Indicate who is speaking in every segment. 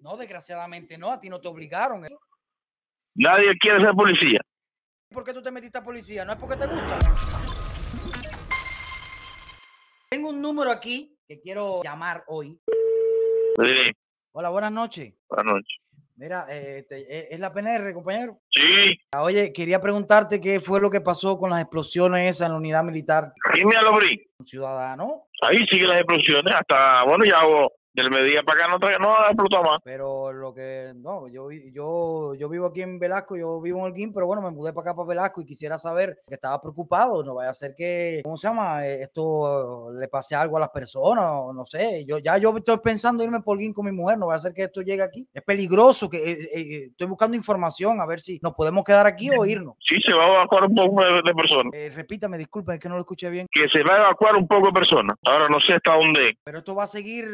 Speaker 1: No, desgraciadamente no, a ti no te obligaron.
Speaker 2: Nadie quiere ser policía.
Speaker 1: ¿Por qué tú te metiste a policía? No es porque te gusta. Tengo un número aquí que quiero llamar hoy.
Speaker 2: Sí,
Speaker 1: Hola, buenas noches.
Speaker 2: buenas noches.
Speaker 1: Mira, eh, te- eh, es la PNR, compañero.
Speaker 2: Sí,
Speaker 1: Ah, Oye, quería preguntarte qué fue lo que pasó con las explosiones esas en la unidad militar.
Speaker 2: aquí me abrí.
Speaker 1: Un ciudadano,
Speaker 2: Ahí sigue las explosiones hasta, bueno, ya hubo- del mediodía para acá no, tra- no ha explotado más.
Speaker 1: pero lo que no, yo, vi- yo, yo vivo aquí en Velasco, yo vivo en Holguín, pero bueno, me mudé para acá para Velasco y quisiera saber que estaba preocupado, no vaya a ser que, ¿cómo se llama? Eh, Esto le pase algo a las personas, o no sé. Yo ya yo estoy pensando irme por Holguín con mi mujer, no vaya a ser que esto llegue aquí. Es peligroso, que eh, eh, estoy buscando información a ver si nos podemos quedar aquí o irnos.
Speaker 2: Sí, se va a evacuar un poco de, de personas.
Speaker 1: Eh, repítame, disculpen, es que no lo escuché bien.
Speaker 2: Que se va a evacuar un poco de personas. Ahora no sé hasta dónde.
Speaker 1: Pero esto va a seguir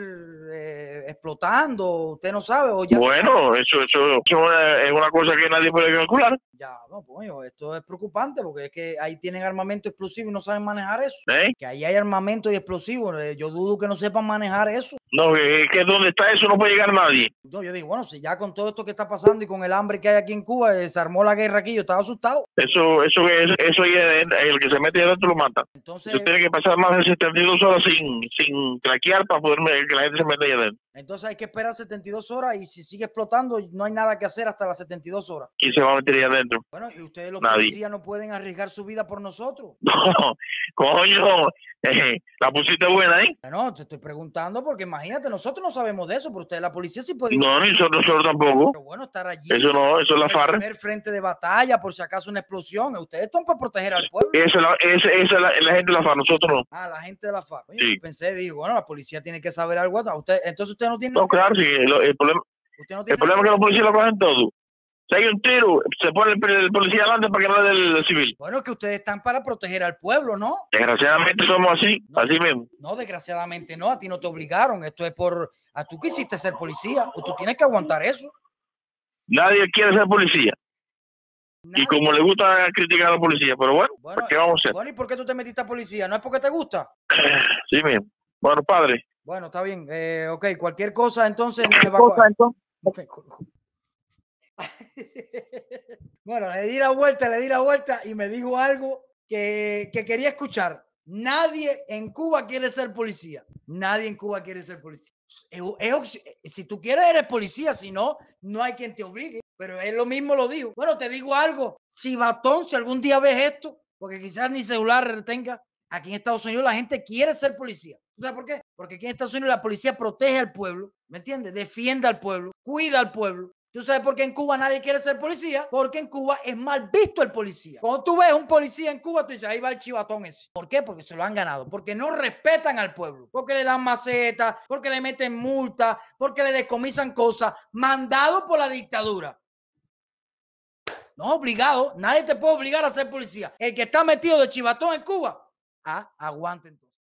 Speaker 1: eh, explotando, usted no sabe, o ya. se-
Speaker 2: Bueno, eso, eso, eso es, una, es una cosa que nadie puede calcular.
Speaker 1: Ya, no, coño, esto es preocupante porque es que ahí tienen armamento explosivo y no saben manejar eso.
Speaker 2: ¿eh?
Speaker 1: Que ahí hay armamento y explosivos, eh, yo dudo que no sepan manejar eso.
Speaker 2: No, que, que donde está eso no puede llegar nadie.
Speaker 1: Yo, yo digo, bueno, si ya con todo esto que está pasando y con el hambre que hay aquí en Cuba, eh, se armó la guerra aquí, yo estaba asustado.
Speaker 2: Eso, eso, eso, eso ahí es- el que se mete adentro lo mata.
Speaker 1: Entonces,
Speaker 2: Eso tiene que pasar más de 72 horas sin, sin craquear para poder me- que la gente se meta ahí adentro.
Speaker 1: entonces hay que esperar 72 horas y si sigue explotando, no hay nada que hacer hasta las 72 horas.
Speaker 2: ¿Quién se va a meter ahí adentro?
Speaker 1: Bueno, y ustedes los
Speaker 2: Nadie.
Speaker 1: policías no pueden arriesgar su vida por nosotros.
Speaker 2: No, coño, eh, la pusiste buena, ¿eh?
Speaker 1: No, te estoy preguntando porque imagínate, nosotros no sabemos de eso, pero ustedes, la policía sí puede.
Speaker 2: No, ni so- nosotros tampoco.
Speaker 1: Pero bueno, estar allí.
Speaker 2: Eso no, eso es la
Speaker 1: en el
Speaker 2: farra.
Speaker 1: primer frente de batalla, por si acaso una explosión. Ustedes están para proteger al pueblo.
Speaker 2: Esa es la, esa, esa es la, es la gente de la farra, nosotros no.
Speaker 1: Ah, la gente de la FARC. Oye,
Speaker 2: Sí.
Speaker 1: yo Pensé, digo, bueno, la policía tiene que saber algo. A Usted, entonces usted no tiene.
Speaker 2: No, claro, sí, lo- el, problema,
Speaker 1: usted no tiene-
Speaker 2: el problema es que los policías lo cogen todo. Si hay un tiro, se pone el, el policía adelante para que no le dé el, el civil.
Speaker 1: Bueno, es que ustedes están para proteger al pueblo, ¿no?
Speaker 2: Desgraciadamente somos así, así mismo.
Speaker 1: No, desgraciadamente no. A ti no te obligaron. Esto es por. A tú quisiste ser policía. O tú tienes que aguantar eso.
Speaker 2: Nadie quiere ser policía. Y
Speaker 1: Nadie-
Speaker 2: como le gusta criticar a la policía, pero bueno,
Speaker 1: Bueno, eh,
Speaker 2: ¿qué vamos a hacer?
Speaker 1: bueno, ¿y por qué tú te metiste a policía? ¿No es porque te gusta?
Speaker 2: Sí, mismo. Bueno, padre.
Speaker 1: Bueno, está bien. Eh, ok, cualquier cosa, entonces. nos evacua-
Speaker 2: Bueno,
Speaker 1: Ok, cu- cu- Bueno, le di la vuelta, le di la vuelta y me dijo algo que, que quería escuchar. Nadie en Cuba quiere ser policía. Nadie en Cuba quiere ser policía. Es u- es opci- eh, si tú quieres, eres policía. Si no, no hay quien te obligue. Pero él lo mismo lo dijo. Bueno, te digo algo. Si batón, si algún día ves esto, porque quizás ni celular tenga, aquí en Estados Unidos la gente quiere ser policía. ¿Tú sabes por qué? Porque aquí en Estados Unidos la policía protege al pueblo, ¿me entiendes? Defiende al pueblo, cuida al pueblo. ¿Tú sabes por qué en Cuba nadie quiere ser policía? Porque en Cuba es mal visto el policía. Cuando tú ves un policía en Cuba, tú dices, ahí va el chivatón ese. ¿Por qué? Porque se lo han ganado. Porque no respetan al pueblo. Porque le dan maceta, porque le meten multa, porque le descomisan cosas. Mandado por la dictadura. No obligado. Nadie te puede obligar a ser policía. El que está metido de chivatón en Cuba, ah, aguanten.